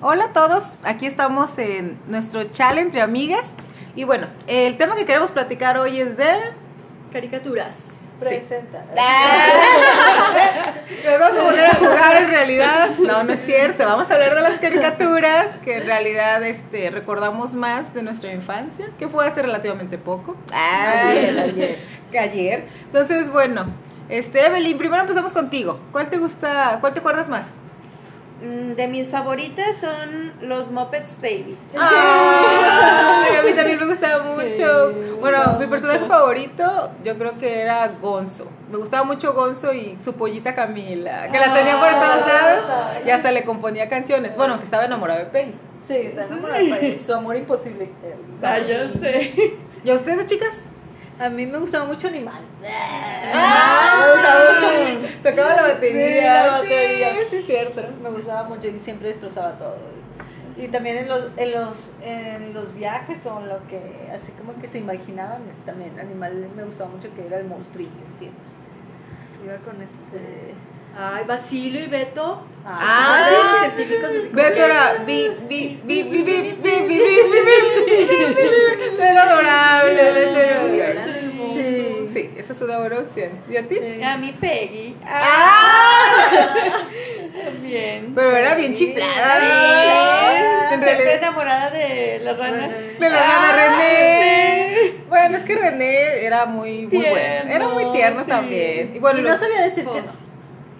Hola a todos, aquí estamos en nuestro chal entre amigas. Y bueno, el tema que queremos platicar hoy es de. Caricaturas. Presenta. Nos vamos a poner a jugar en realidad. No, no es cierto. Vamos a hablar de las caricaturas que en realidad este, recordamos más de nuestra infancia, que fue hace relativamente poco. Ayer, ayer. Que Ah, ayer. Entonces, bueno, este, Evelyn, primero empezamos contigo. ¿Cuál te gusta, cuál te acuerdas más? Mm, De mis favoritas son los Muppets Baby. Ay, a mí también me gustaba mucho. bueno, mi personaje favorito yo creo que era Gonzo. Me gustaba mucho Gonzo y su pollita Camila, que la tenía por todos lados y hasta le componía canciones. Bueno, que estaba enamorada de Peggy. Sí, está enamorada. pero Su amor imposible. Eh, Ah, yo sé. ¿Y a ustedes, chicas? A mí me gustaba mucho Animal. Tocaba la la batería. batería. Sí, sí, cierto. Me gustaba mucho y siempre destrozaba todo. Y también en los, en los, en los viajes o lo que, así como que se imaginaban, también Animal me gustaba mucho que era el monstrillo siempre. Iba con este... Ay, Basilio y Beto. Ah, Son los científicos así como Beto que- era bi, bi, bi, bi, bi, bi, bi, bi, bi, bi, bi, bi, bi. Era adorable, Beto era adorable. Sí, sí, esa es una buena opción. ¿Y a ti? A mí Peggy. Bien. Pero era bien chiflada. En Siempre Ah. realidad, enamorada de la rana. Ah, de la nada René. Bueno, es que René era muy, muy bueno. Era muy Tierno, tierno sí. también. Y bueno, Y no los- sabía decir que no.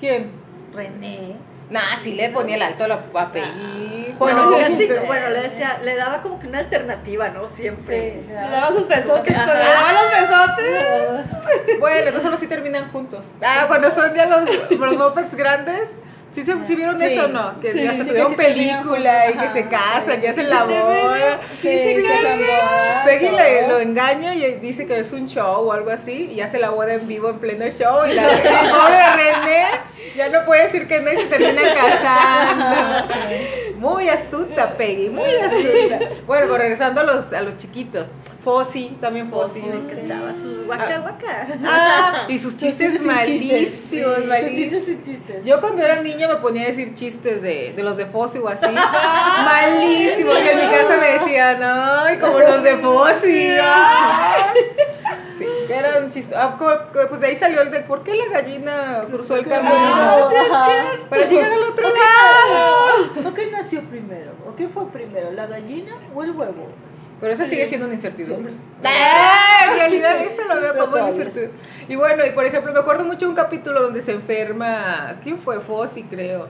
¿quién? René. Nah, sí le ponía el alto a la- a Peggy. Bueno, Bueno, casi, pero- bueno, le decía, le daba como que una alternativa, ¿no? Siempre. Le daba sus besotes. Le daba los besotes. Bueno, entonces solo sí terminan juntos. Ah, cuando son ya los, los Muppets grandes. ¿Sí, se, sí vieron Sí. eso o no? Que Sí, hasta sí, tuvieron que sí terminan película y juntos. que se Ajá. casan y hacen Sí, la se ven, boda. sí, se que casan. se- Peggy le- lo engaña y dice que es un show o algo así y hace la boda en vivo en pleno show y la el pobre René ya no puede decir que no y se termina casando. Muy astuta, Peggy, muy astuta. Bueno, pero regresando a los, a los chiquitos. Fossi, también Fossi. Sí, me encantaba su guaca, Ah. guaca. Ah, y sus chistes malísimos, Malísimos, malísimos. Chistes y chistes. Yo cuando era niña me ponía a decir chistes de, de los de Fossi o así. malísimos. Y en mi casa me decían, ay, como los de Fossi. ay". Sí, era un chiste. Ah, co- co- Pues de ahí salió el de ¿por qué la gallina cruzó el Ah, camino? Para llegar al otro lado. ¿O qué nació primero? ¿O qué fue primero? ¿La gallina o el huevo? Pero esa sigue siendo una incertidumbre. Sí. Ah, En realidad eso lo veo como Pero una todavía incertidumbre. Y bueno, y por ejemplo, me acuerdo mucho de un capítulo donde se enferma, ¿quién fue? Fossi, creo.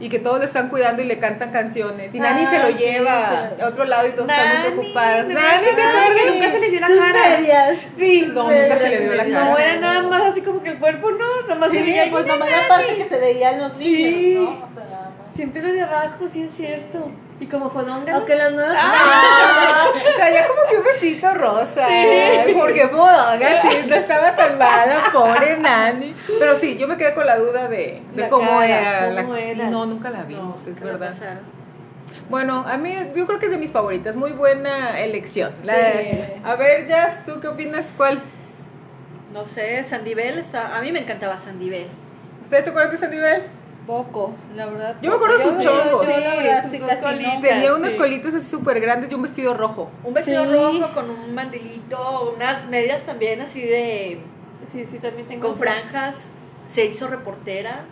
Y que todos lo están cuidando y le cantan canciones. Y Nani Ah, se lo sí, lleva sí. a otro lado y todos están muy Nani, preocupados. se me Nani, ¿se acaba de acuerda? que nunca se le vio la Sus cara. medias. Sí, no, nunca se le vio la No cara. era nada más así como que el cuerpo, no. Nada más se Ah, Sí, veía pues ahí. nomás la parte que se veían los Sí. niños, ¿no? O sea, nada más. Siempre lo de abajo, sí es cierto. Y como fodonga. Aunque las nuevas. Ah, traía como que un vestido rosa. eh, Porque Fodonga sí, no estaba tan mala, pobre Nani. Pero sí, yo me quedé con la duda de, de La cómo cara, era. la- cómo sí, era. no, nunca la vimos, es Ah, ¿qué va a verdad. pasar? Bueno, a mí yo creo que es de mis favoritas. Muy buena elección. La- Sí. A ver, Jazz, ¿tú qué opinas? ¿Cuál? No sé, Sandibel está. A mí me encantaba Sandibel. ¿Ustedes se acuerdan de ese nivel? Poco, la verdad. Yo me acuerdo de poco. sus Yo- chongos. Yo, yo, la verdad, Sí, sí, sus casi colitas. no. Tenía sí. unas colitas así súper grandes y un vestido rojo. Un vestido Sí. rojo con un mandilito, unas medias también así de. Sí, sí, también tengo. con franjas. Se hizo reportera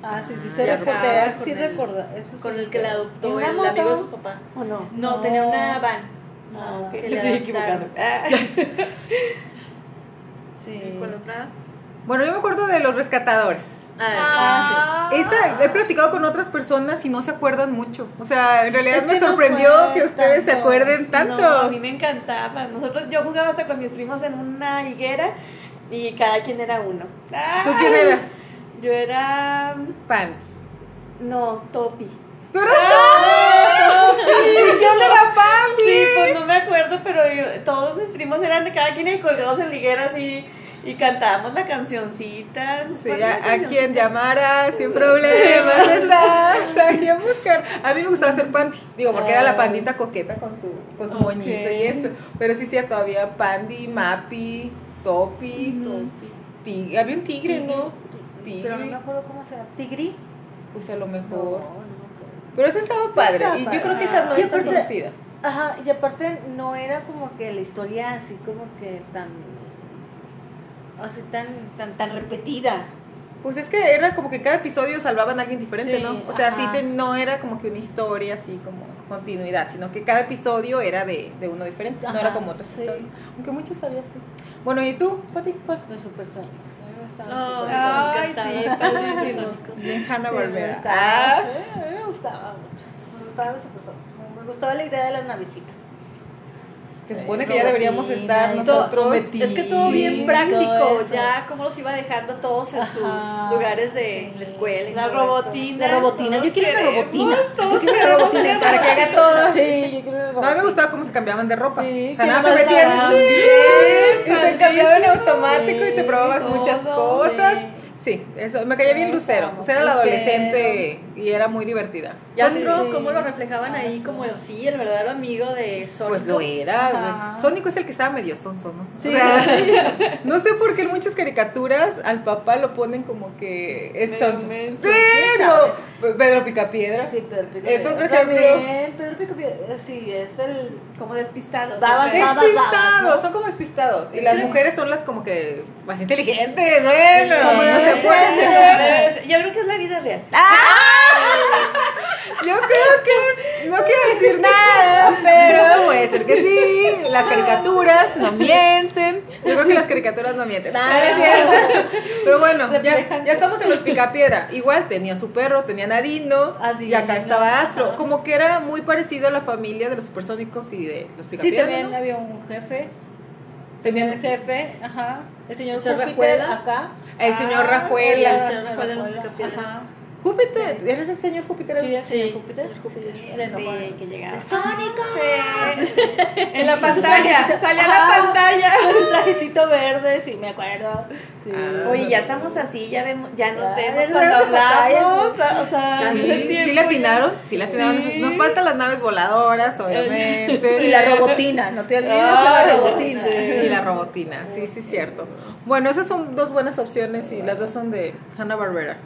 Ah, sí, sí, Ah, se ya. reportera, Con sí el- recuerda. Eso sí con el que la adoptó ¿En el una amigo de moto? su papá. ¿O no? No, No. tenía una van. Ah, ok. que Me le estoy adaptaron. equivocando. Ah. Sí. ¿Y cuál otra? Bueno, yo me acuerdo de los rescatadores. Ah, Esta, he platicado con otras personas y no se acuerdan mucho. O sea, en realidad Es me que no sorprendió fue que ustedes se tanto. acuerden tanto. No, a mí me encantaba. Nosotros, yo jugaba hasta con mis primos en una higuera y cada quien era uno. ¿Tú quién eras? Yo era. Pan. No, Topi. ¡Tú eras Ah. Topi! ¡Y yo de la Pampi! Sí, pues no me acuerdo, pero yo- todos mis primos eran de cada quien y colgados en la higuera así. Y cantábamos la cancioncita. Sí, ¿Cuál era la a, a cancioncita? quien llamara sin problemas estás, a quien buscar. A mí me gustaba hacer pandy, digo, porque Ah. era la pandita coqueta con su, con su Ok. moñito y eso. Pero sí es cierto, había pandy, mapi, topi, Mm, tigre. Había un tigre, ¿no? Pero no me Tigre. acuerdo cómo se llama. ¿Tigri? Pues a lo No, mejor. no me acuerdo. Pero esa estaba padre. Estaba y padre. yo creo que esa no Y es tan aparte- conocida. Ajá, y aparte no era como que la historia así como que tan. Así tan, tan, tan repetida. Pues es que era como que cada episodio salvaban a alguien diferente, Sí, ¿no? O sea, ajá. sí te- no era como que una historia así como continuidad, sino que cada episodio era de, de uno diferente, no Ajá, era como otras sí. historias. Aunque muchas sabía así. Bueno, ¿y tú, Pati? ¿Cuál? Los supersónicos. a mí me gustaban los Oh, supersónicos. Ay, son sí, casados. padrísimo. Bien Hanna Sí, me Barbera. gustaba. Ah, Sí, a mí me gustaba mucho. Me gustaban los supersónicos. Me- Me gustaba la idea de las navecitas. se Sí, supone que ya deberíamos robotina estar y nosotros. todo. Es que todo Sí, bien todo práctico, eso. ya cómo los iba dejando todos en Ajá, sus lugares de sí. la escuela. y La todo eso. robotina. La robotina, todos yo quiero una queremos, robotina. Todos quiero una queremos robotina tener para que haga todo. Sí, yo quiero No, a mí me gustaba cómo se cambiaban de ropa. Sí, o sea, que nada más se no metían andaban. ¡chin! y se padrísimo, cambiaban automático y te sí, probabas muchas todo, cosas. sí. Sí, eso, me caía bien Ahí Lucero. estábamos, Pues era la Lucero. adolescente y era muy divertida. Sandro, Sí. ¿cómo lo reflejaban ahí? Como sí, el verdadero amigo de Sonic. Pues lo era, güey. Ajá. Sónico es el que estaba medio sonso, ¿no? O sea, no sé por qué en muchas caricaturas al papá lo ponen como que es Medio sonso. menso. Sí, no, Pedro Picapiedra. Sí, Pedro Pico Es Piedra. otro ejemplo. También, Pedro Pico Piedra, sí, es el... Como despistado. Babas, siempre. babas. Despistados, ¿no? son como despistados. Y Es las que- mujeres son las como que más inteligentes, bueno, Sí. no se Sí. puede. Yo creo que es la vida real. Yo creo que es- no quiero decir nada, pero puede ser que sí. Las caricaturas no mienten. Yo creo que las caricaturas no mienten. Ah. No, no es cierto. Pero bueno, ya, ya estamos en los Picapiedra. Igual tenían su perro, tenían a Dino, y acá Adino. estaba Astro. Como que era muy parecido a la familia de los supersónicos y de los Sí, Picapiedra. también ¿no? había un jefe. Tenían El jefe, ajá. El señor El señor Júpiter, Rajuela. acá. el señor Rajuela. el señor Rajuela en los Rajuela, Picapiedra. ajá. Júpiter, ¿eres el señor Júpiter? Sí, el señor Sí, Júpiter. señor Júpiter. Sí, el enojón. Sí, que llegaba. Sónico. En la pantalla. Sale a la Ajá. pantalla. Con su trajecito verde, sí, me acuerdo. Sí. Ah. Oye, ya estamos así, ya vemos, ya nos Ya, vemos ya cuando nos vemos en hablamos. O sea, Ah, Sí, hace sí, tiempo le atinaron, sí le atinaron. Sí. Nos faltan las naves voladoras, obviamente. Y la robotina, no te olvides de Ay, la robotina. Y la robotina, sí, sí, cierto. Bueno, esas son dos buenas opciones y las dos son de Hanna Barbera.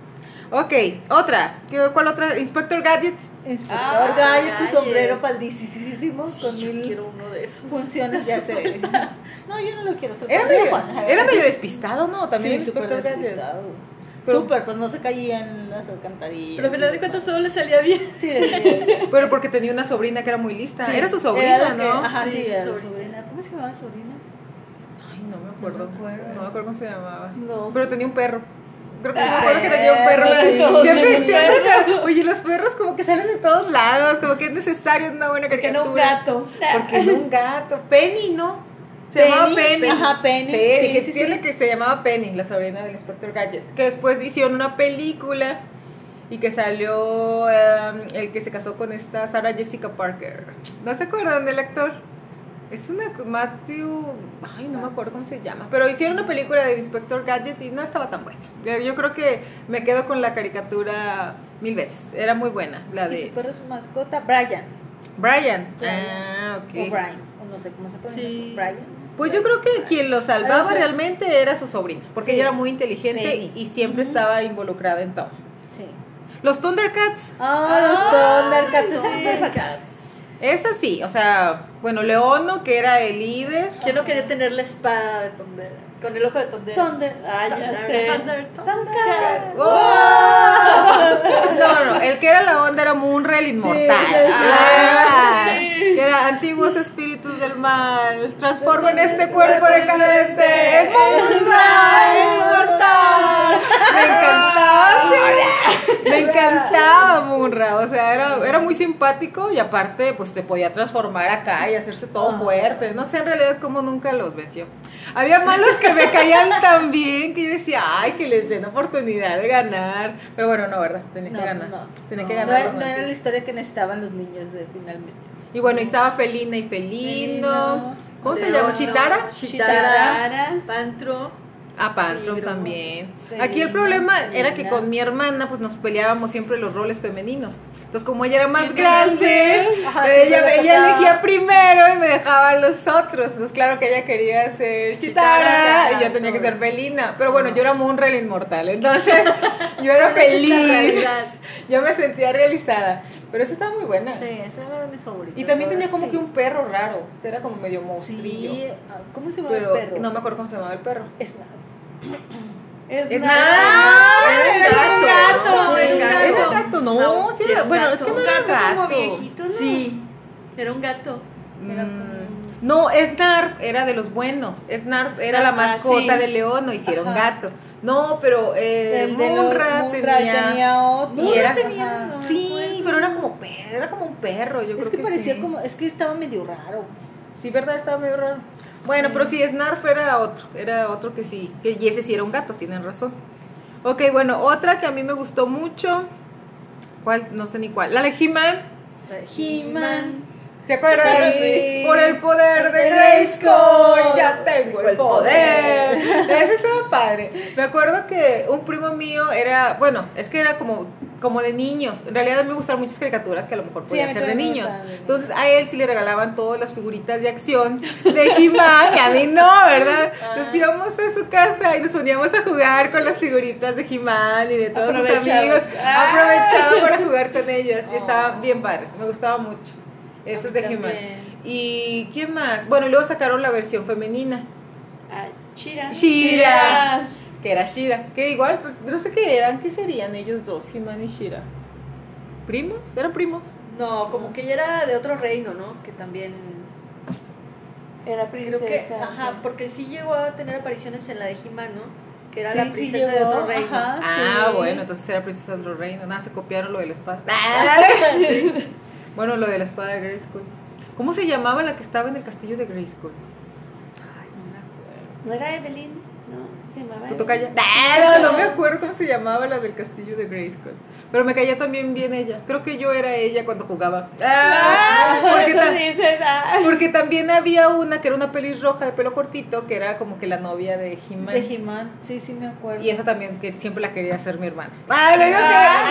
Ok, otra. ¿Qué- ¿Cuál otra? Inspector Gadget. Inspector Ah, Gadget, su Gadget. sombrero padricísimo con Yo mil quiero uno de esos. funciones, ya sé. No, yo no lo quiero. se lo Era pondría medio, Juan. era medio despistado, ¿no? También Sí, súper Inspector Gadget. despistado. Pero- Súper, pues no se caía en las alcantarillas. Pero al final de cuentas todo le salía bien. Sí, decía. Pero porque tenía una sobrina que era muy lista. Sí, Era su era sobrina, la que- ah, ¿no? Ajá, sí, Sí, su era su sobrina. sobrina. ¿Cómo se llamaba la sobrina? Ay, no me acuerdo. No me acuerdo. No me acuerdo cómo se llamaba. No. Pero tenía un perro. Creo que sí me Ah, acuerdo que tenía un perro. sí, Siempre- todos siempre, tenían un siempre. que- Oye, los perros como que salen de todos lados, como que es necesario una buena Porque caricatura. no un gato. Porque no un gato. Penny, ¿no? Se llamaba Penny. Ajá, Penny. Sí, dije, tiene que se llamaba Penny, la sobrina del Inspector Gadget. Que después hicieron una película y que salió em, el que se casó con esta Sarah Jessica Parker. ¿No se acuerdan del actor? Es un actor, Matthew. Ay, no me acuerdo cómo se llama. Pero hicieron una película de Inspector Gadget y no estaba tan buena. Yo, yo creo que me quedo con la caricatura mil veces. Era muy buena, la Y su de. perro es su mascota, Brian. Brian. Brian. Ah, ok. O Brian. O no sé cómo se pronuncia. Sí. Brian. Pues yo creo que quien lo Algo salvaba así. realmente era su sobrina, porque Sí. ella era muy inteligente Penny. y siempre estaba involucrada en todo. Sí. Los Thundercats, Ah, los Thundercats. Sí. Esa era perfecta. es así, o sea, bueno, Leono, que era el líder, Yo no quería tener la espada de Tondera. Con el ojo de Tondera. Thunder. Ah, ya sé. Thundercats. ¡Oh! No, no, el que era la onda era Moonrail inmortal. sí, sí. Ah, Que era antiguos espíritus del mal. Transforman este cuerpo decadente en Moonrail inmortal. Me encantaba, sí. Me encantaba Moonra. O sea, era, era muy simpático y aparte, pues te podía transformar acá y hacerse Ah. todo fuerte. No sé en realidad cómo nunca los venció. Había malos que me caían tan bien que yo decía, ay, que les den oportunidad de ganar. Pero bueno, no, ¿verdad? Tenía No, que ganar. no. Tenía No, que no, ganar. era- los no malos. era la historia que necesitaban los niños eh, finalmente. Y bueno, y estaba Felina y Felino. Felino. ¿Cómo se llama? Leono, ¿Chitara? Chitara. Oh, Pantro. Ah, Pantron Tigro. también. Aquí el problema era que con mi hermana pues nos peleábamos siempre los roles femeninos. Entonces como ella era más grande, Ajá, ella, le ella tocaba. elegía primero y me dejaba a los otros. Entonces claro que ella quería ser Chitara y yo tenía que ser Felina. Pero bueno, yo era Moonrail inmortal, entonces yo era feliz. Yo me sentía realizada. Pero esa estaba muy buena. Sí, esa era de mis favoritos. Y también tenía Ahora como sí. que un perro raro, era como medio monstrillo. Sí, ah, ¿cómo se llama el pero perro? no me acuerdo cómo se llamaba el perro. Snap. Es, Es nada. nada. Era un gato, Sí, era un era gato. gato, no, No, sí sí era- era un bueno, es gato. que no Un era gato como gato. viejito, ¿no? Sí, era un gato. Era Mm. como- No, Snarf era de los buenos. Snarf era la Snarf, ah, mascota sí. de León, no hicieron Ajá. gato. No, pero eh, El de los- Munra Munra tenía. otro. y era- Ajá. tenía- no me Sí, acuerdo. pero era como perro, era como un perro, yo Es creo que parecía sí. como, es que estaba medio raro. Sí, verdad, estaba medio raro. Bueno, pero sí, Snarf era otro, era otro que sí, que y ese sí era un gato, tienen razón. Ok, bueno, otra que a mí me gustó mucho. ¿Cuál? No sé ni cuál. La de He-Man. He-Man. ¿Se acuerdan? Sí. Por el poder de De Grayskull, Grayskull. ya tengo el El poder. poder. Eso estaba padre. Me acuerdo que un primo mío era, bueno, es que era como, como de niños. En realidad a mí me gustaron muchas caricaturas que a lo mejor Sí, podían a mí ser de también me niños. gustaban de niños. Entonces a él sí le regalaban todas las figuritas de acción de He-Man y a mí no, ¿verdad? Ah. Nos íbamos a su casa y nos poníamos a jugar con las figuritas de He-Man y de todos sus Aprovechabas. amigos. Ah. Aprovechaba para jugar con ellos y Oh. estaban bien padres. Me gustaba mucho. Eso es de He-Man. También. ¿Y quién más? Bueno, y luego sacaron la versión femenina, Ah, Chira. Chira. que era Shira. Que igual, pues no sé qué eran, ¿qué serían ellos dos, He-Man y Shira? ¿Primos? ¿Eran primos? No, como que ella era de otro reino, ¿no? Que también Era Creo princesa. que, ajá, porque sí llegó a tener apariciones en la de He-Man, ¿no? Que era Sí, la sí princesa de llegó, otro reino. ajá, Ah, sí. bueno, entonces era princesa del otro reino. Nada, se copiaron lo de la espada. bueno, lo de la espada de Grayskull. ¿Cómo se llamaba la que estaba en el castillo de Grayskull? No era Evelyn. No, se llamaba. ¿Tú Evelyn. toca No, no me acuerdo cómo se llamaba la del castillo de Grayskull. Pero me caía también bien ella. Creo que yo era ella cuando jugaba. Ah, por Porque eso ta- dices. Ah. Porque también había una que era una pelirroja de pelo cortito, que era como que la novia de He-Man. De He-Man, sí, sí me acuerdo. y esa también que siempre la quería hacer mi hermana. Ah, le digo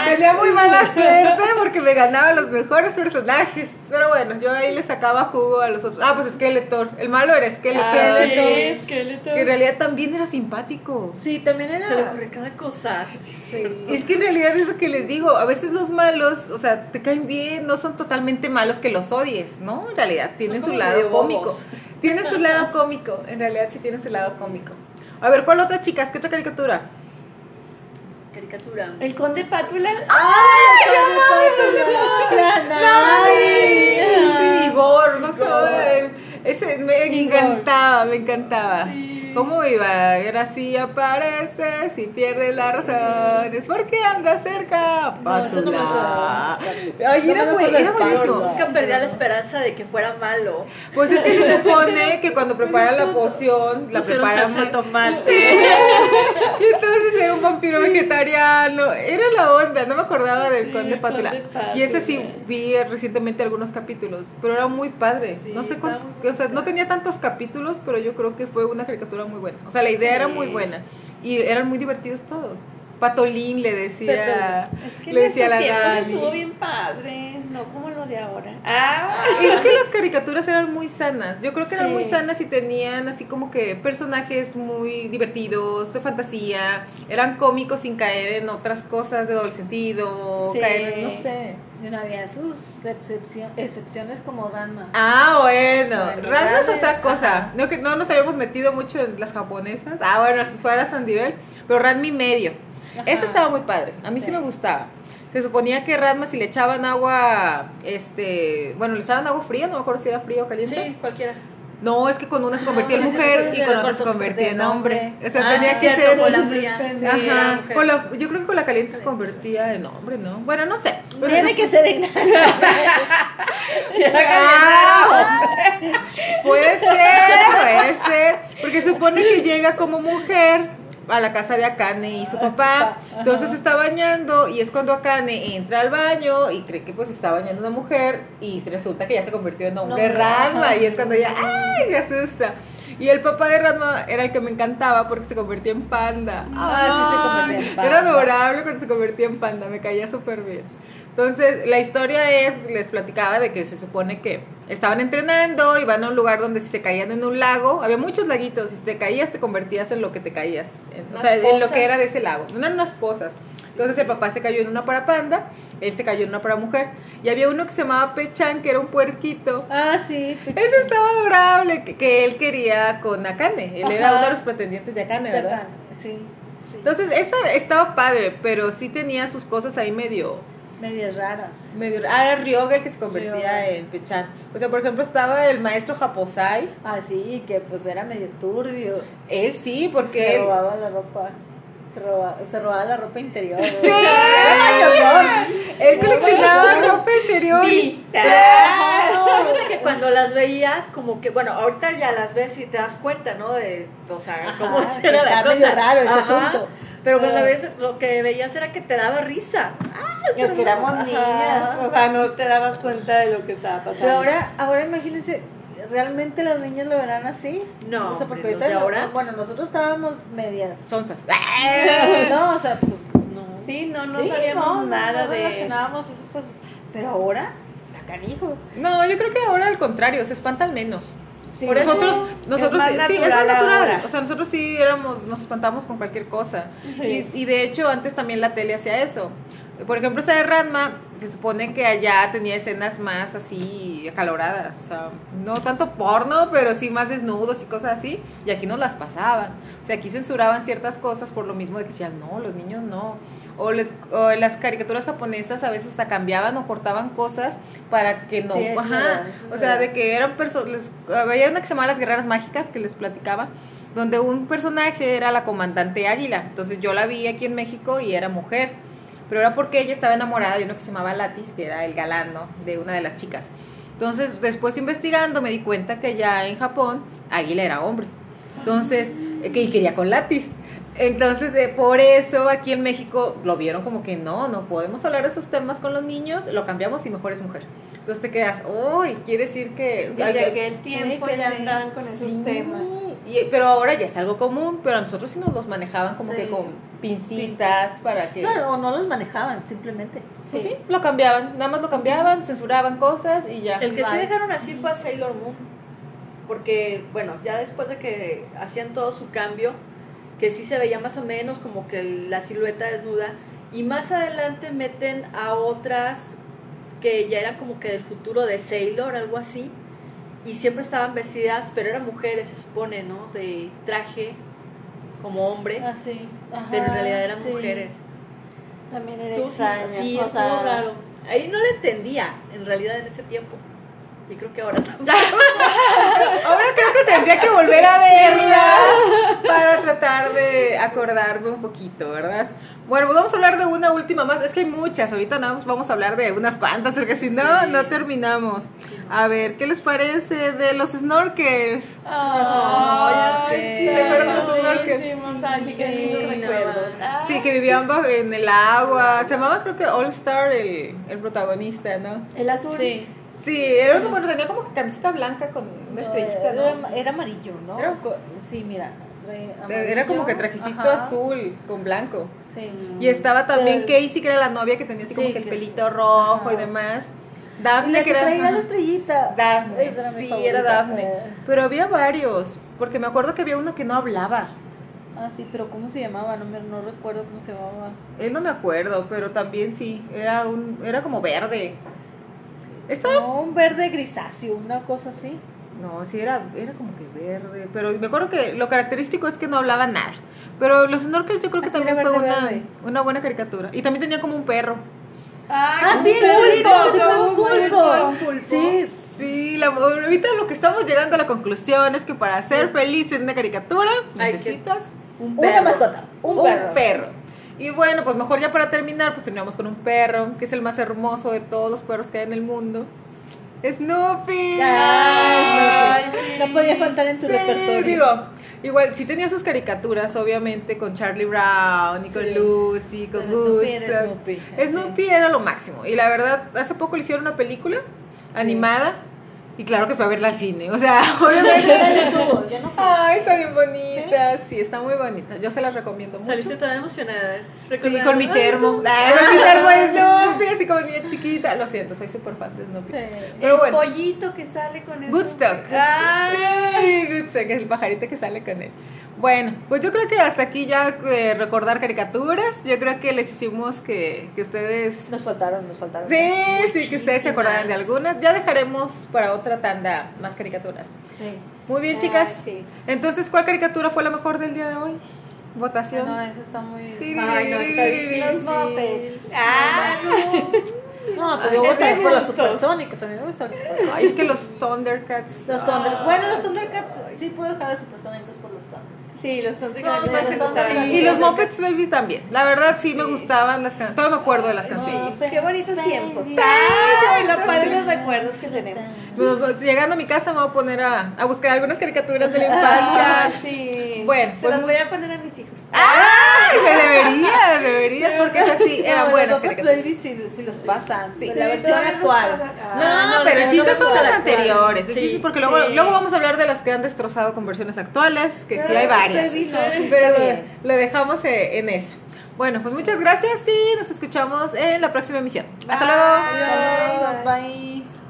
que tenía muy mala suerte porque me ganaba los mejores personajes. Pero bueno, yo ahí le sacaba jugo a los otros. Ah, pues Skeletor. El malo era Skeletor. Ah, sí, Skeletor, esqueleto. Que en realidad también era simpático. Sí, también era. Se le ocurre cada cosa. Sí. Es que en realidad es lo que les digo, a veces los malos, o sea, te caen bien, no son totalmente malos que los odies, ¿no? En realidad tienen su Son como lado medio cómico. bobos. Tienen su lado cómico, en realidad sí tienen su lado cómico. A ver, ¿cuál otra chicas? ¿Qué otra caricatura? Caricatura. El conde Fátula. ¡Nami! Sí, Igor, más joven. Ese me Igor. encantaba, me encantaba. ¿Cómo iba? Era así, apareces y pierdes la razón. Es porque anda cerca, No, eso no me pátula. suena. Ay, No era, me bu- acuerdo era del buenísimo. pátula. Nunca perdía la esperanza de que fuera malo. Pues es que se supone que cuando preparan la poción, la preparan. Pusieron Pues salsa de mal. tomate. Y entonces era un vampiro vegetariano. Era la onda, no me acordaba del Sí, conde el Pátula. Conde Pátula. Y ese sí vi recientemente algunos capítulos, pero era muy padre. Sí, no sé estaba cuántos, muy o sea, no tenía tantos capítulos, pero yo creo que fue una caricatura muy buena. O sea, la idea era muy buena y eran muy divertidos todos. Patolín le decía, Es que le decía a la la Dani. estuvo bien padre, no como lo de ahora. Ah, Es que las caricaturas eran muy sanas. Yo creo que eran Sí. muy sanas y tenían así como que personajes muy divertidos, de fantasía. Eran cómicos sin caer en otras cosas de doble sentido. Sí. Caer en, no sé. Y no había sus excepcio- excepciones como Ranma. Ah, bueno. Bueno, Randa es Randa, otra ajá. cosa. No, que no nos habíamos metido mucho en las japonesas. Ah, bueno, si fuera Sandivel. Pero Ranma y medio. Ajá. Esa estaba muy padre. A mí sí. Sí. me gustaba. Se suponía que Ranma si le echaban agua, este, bueno, le echaban agua fría, no me acuerdo si era fría o caliente. Sí, cualquiera. No, es que con una se convertía en sí, sí, mujer y sí, con sí, otra se sí, convertía en sí, hombre. O sea, Ah, tenía sí, que cierto, ser. con la fría. Sí, Ajá, mujer. con la- yo creo que con la caliente se convertía en hombre, ¿no? Bueno, no sé. Pero Tiene se- que ser enana. ¡Ah! Puede ser, puede ser. Porque supone que llega como mujer a la casa de Akane y su papá. Ajá. Entonces está bañando y es cuando Akane entra al baño y cree que pues está bañando una mujer y resulta que ya se convirtió en hombre Hombre, Ranma ajá. y es cuando ella ¡ay! se asusta. Y el papá de Ratma era el que me encantaba porque se convertía en panda. Ah, sí, se Ay, convertía en panda. Era memorable cuando se convertía en panda, me caía súper bien. Entonces, la historia es, les platicaba de que se supone que estaban entrenando y van a un lugar donde si se caían en un lago, había muchos laguitos, y si te caías te convertías en lo que te caías, en- o Unas sea, en lo pozas. que era de ese lago, no eran unas pozas. Entonces el papá se cayó en una para panda, él se cayó en una para mujer, y había uno que se llamaba Pechan, que era un puerquito, Ah, sí. ese estaba adorable, que, que él quería con Akane. Él era Ajá. uno de los pretendientes de Akane, ¿verdad? Sí, Entonces, esa estaba padre, pero sí tenía sus cosas ahí medio... medias raras. medio ah, era Ryoga el que se convertía Ryoga. en Pechan. O sea, por ejemplo, estaba el maestro Japosai. Ah, sí, que pues era medio turbio. Él sí, porque... Se él- robaba la ropa. Se robaba, se robaba la ropa interior. ¡Sí! ¡Ay, horror! Él coleccionaba ropa interior. y- Fíjate que cuando las veías, como que, bueno, ahorita ya las ves y te das cuenta, ¿no? De, o sea, Ajá, cómo que era la está cosa. medio raro ese Ajá. asunto. Pero cuando Ah. la ves, lo que veías era que te daba risa. Ah, Nos se que éramos robaba. niñas, Ajá. o sea, no te dabas cuenta de lo que estaba pasando. Pero ahora, ahora imagínense, ¿realmente las niñas lo verán así? No, o sea, hombre, porque los ahorita. de no- ahora. bueno, nosotros estábamos medias. Sonzas. No, o sea, pues. No. Sí, no, no sí, sabíamos no, no, nada no de... relacionábamos esas cosas. Pero ahora, la canijo. No, yo creo que ahora al contrario, se espanta al menos. Sí. Por nosotros, nosotros más sí, sí, es más natural natural. ahora. O sea, nosotros sí éramos, nos espantamos con cualquier cosa. Sí. Y, y de hecho, antes también la tele hacía eso. Por ejemplo, esa de Ranma, se supone que allá tenía escenas más así acaloradas. O sea, no tanto porno, pero sí más desnudos y cosas así. Y aquí nos las pasaban. O sea, aquí censuraban ciertas cosas por lo mismo de que decían, no, los niños no. O, les, o en las caricaturas japonesas a veces hasta cambiaban o cortaban cosas para que no. Sí, eso es ajá. verdad, eso es o sea, verdad. de que eran personas. Había una que se llamaba Las Guerreras Mágicas que les platicaba, donde un personaje era la comandante Águila. Entonces yo la vi aquí en México y era mujer. Pero era porque ella estaba enamorada de uno que se llamaba Latis, que era el galán, ¿no? De una de las chicas. Entonces, después investigando, me di cuenta que ya en Japón, Águila era hombre. Entonces, eh, que y quería con Latis. Entonces, eh, por eso aquí en México lo vieron como que no, no podemos hablar de esos temas con los niños, lo cambiamos y mejor es mujer. Entonces te quedas, uy, quiere decir que... ay, Desde aquel tiempo que ya sí. andaban con sí. esos temas. Y- pero ahora ya es algo común, pero a nosotros sí nos los manejaban como Sí. que con pincitas para que... No, o no los manejaban, simplemente. Pues sí, lo cambiaban, nada más lo cambiaban, censuraban cosas y ya. El que se Vale. dejaron así fue a Sailor Moon. Porque, bueno, ya después de que hacían todo su cambio, que sí se veía más o menos como que la silueta desnuda, y más adelante meten a otras que ya eran como que del futuro de Sailor, algo así, y siempre estaban vestidas, pero eran mujeres, se supone, ¿no? De traje como hombre, Ah, sí. Ajá, pero en realidad eran sí. mujeres. También era Estuvo, extraño. sí, o estuvo sea, raro. Ahí no le entendía, en realidad, en ese tiempo. Y creo que ahora tampoco. Ahora creo que tendría que volver a verla para tratar de acordarme un poquito, ¿verdad? Bueno, pues vamos a hablar de una última más. Es que hay muchas. Ahorita nada más vamos a hablar de unas cuantas porque si no, Sí. no terminamos. A ver, ¿qué les parece de los snorkels? Ay, Ay, ¿se acuerdan de los sí, snorkels? sí, sí, Ay, sí, qué Sí, lindos no. recuerdos. Ah. Ay, Sí, que vivían bajo- en el agua. Se llamaba creo que All Star el, el protagonista, ¿no? El azul. Sí. Sí, era uno, bueno, tenía como que camiseta blanca con una estrellita, era, ¿no? era amarillo, ¿no? Era- Co- sí, mira. trae Era como que amarillo, trajecito ajá, azul con blanco. Sí. Y estaba también Pero- Casey, que era la novia que tenía así como Sí, que el que pelito rojo y Ajá. demás. Y Daphne, la que que era. traía la ajá. estrellita. Daphne, Esa era mi sí, favorita. era Daphne. Eh, Pero había varios, porque me acuerdo que había uno que no hablaba. Ah, sí, pero ¿cómo se llamaba? No, me, no recuerdo cómo se llamaba. Él no me acuerdo, pero también sí, era un era como verde. Estaba No, un verde grisáceo, una cosa así. No, sí era era como que verde, pero me acuerdo que lo característico es que no hablaba nada. Pero los snorkels yo creo que Así era también fue verde, una, verde. una buena caricatura. Y también tenía como un perro. Ah, sí, el pulpo, sí, como un pulpo. un pulpo. Sí, Sí, la, ahorita lo que estamos llegando a la conclusión es que para ser feliz en una caricatura Hay que- necesitas Un una mascota, un, un, perro. perro. Y bueno, pues mejor ya para terminar, pues terminamos con un perro, que es el más hermoso de todos los perros que hay en el mundo. Snoopy. Ay, Ay, sí. No podía faltar en tu Sí, repertorio. digo, igual sí tenía sus caricaturas, obviamente, con Charlie Brown y con Sí. Lucy, con Pero Snoopy era Woodstock. Snoopy. Snoopy era lo máximo. Y la verdad, hace poco le hicieron una película animada Y claro que fue a verla al cine. O sea, obviamente. estuvo, yo no fui. Ay, está bien bonita. ¿Sí? está muy bonita. Yo se las recomiendo mucho. Saliste toda emocionada. Sí, con mi Recordando- termo. Ay, con mi termo de Snoopy, así como niña chiquita. Lo siento, soy súper fan de Snoopy. Pero el bueno. pollito que sale con el. Woodstock. Ah, Sí, Goodstock, es el pajarito que sale con él. Bueno, pues yo creo que hasta aquí ya eh, recordar caricaturas. Yo creo que les hicimos que, que ustedes. Nos faltaron, nos faltaron. Sí, sí, que ustedes se acordaran de algunas. Ya dejaremos para otra tanda más caricaturas. Sí. Muy bien, Ah, chicas. sí. Entonces, ¿cuál caricatura fue la mejor del día de hoy? Votación. Ah, No, eso está muy. Tiri. Ay, no, está Los difícil. mopeds. Ah, No, pues Ay, yo voy sí a me por los gustó. supersónicos. A mí me gustan los supersónicos. Ay, es que los Thundercats. Los Thunder. Bueno, los Thundercats sí puedo dejar los supersónicos por los Thundercats. Sí, los tontos No, pues, sí. Y los Muppets Babies también. La verdad, sí, me Sí. gustaban las canciones. Todavía me acuerdo de las canciones. Sí, qué bonitos Baby. tiempos. Sí. Ah. Ay, lo padre los recuerdos que tenemos. Pues, pues, llegando a mi casa me voy a poner a, a buscar algunas caricaturas de la infancia. Ah, sí. Bueno, se pues- los voy a poner a mis hijos. Ah. ¡Ay! Pues, Deberías, deberías, porque es así, eran No, buenas los Muppets caricaturas. Babies sí, sí los pasan. Sí. La versión actual. No, Ah, no, pero no, el no chiste me son las gusta la actual. anteriores. El Sí, chiste, porque luego, sí. luego vamos a hablar de las que han destrozado con versiones actuales, que sí hay varias. Baby, no, sí, Pero está lo, bien. lo dejamos eh, en esa. Bueno, pues muchas gracias y nos escuchamos en la próxima emisión. Hasta luego. Saludos, bye.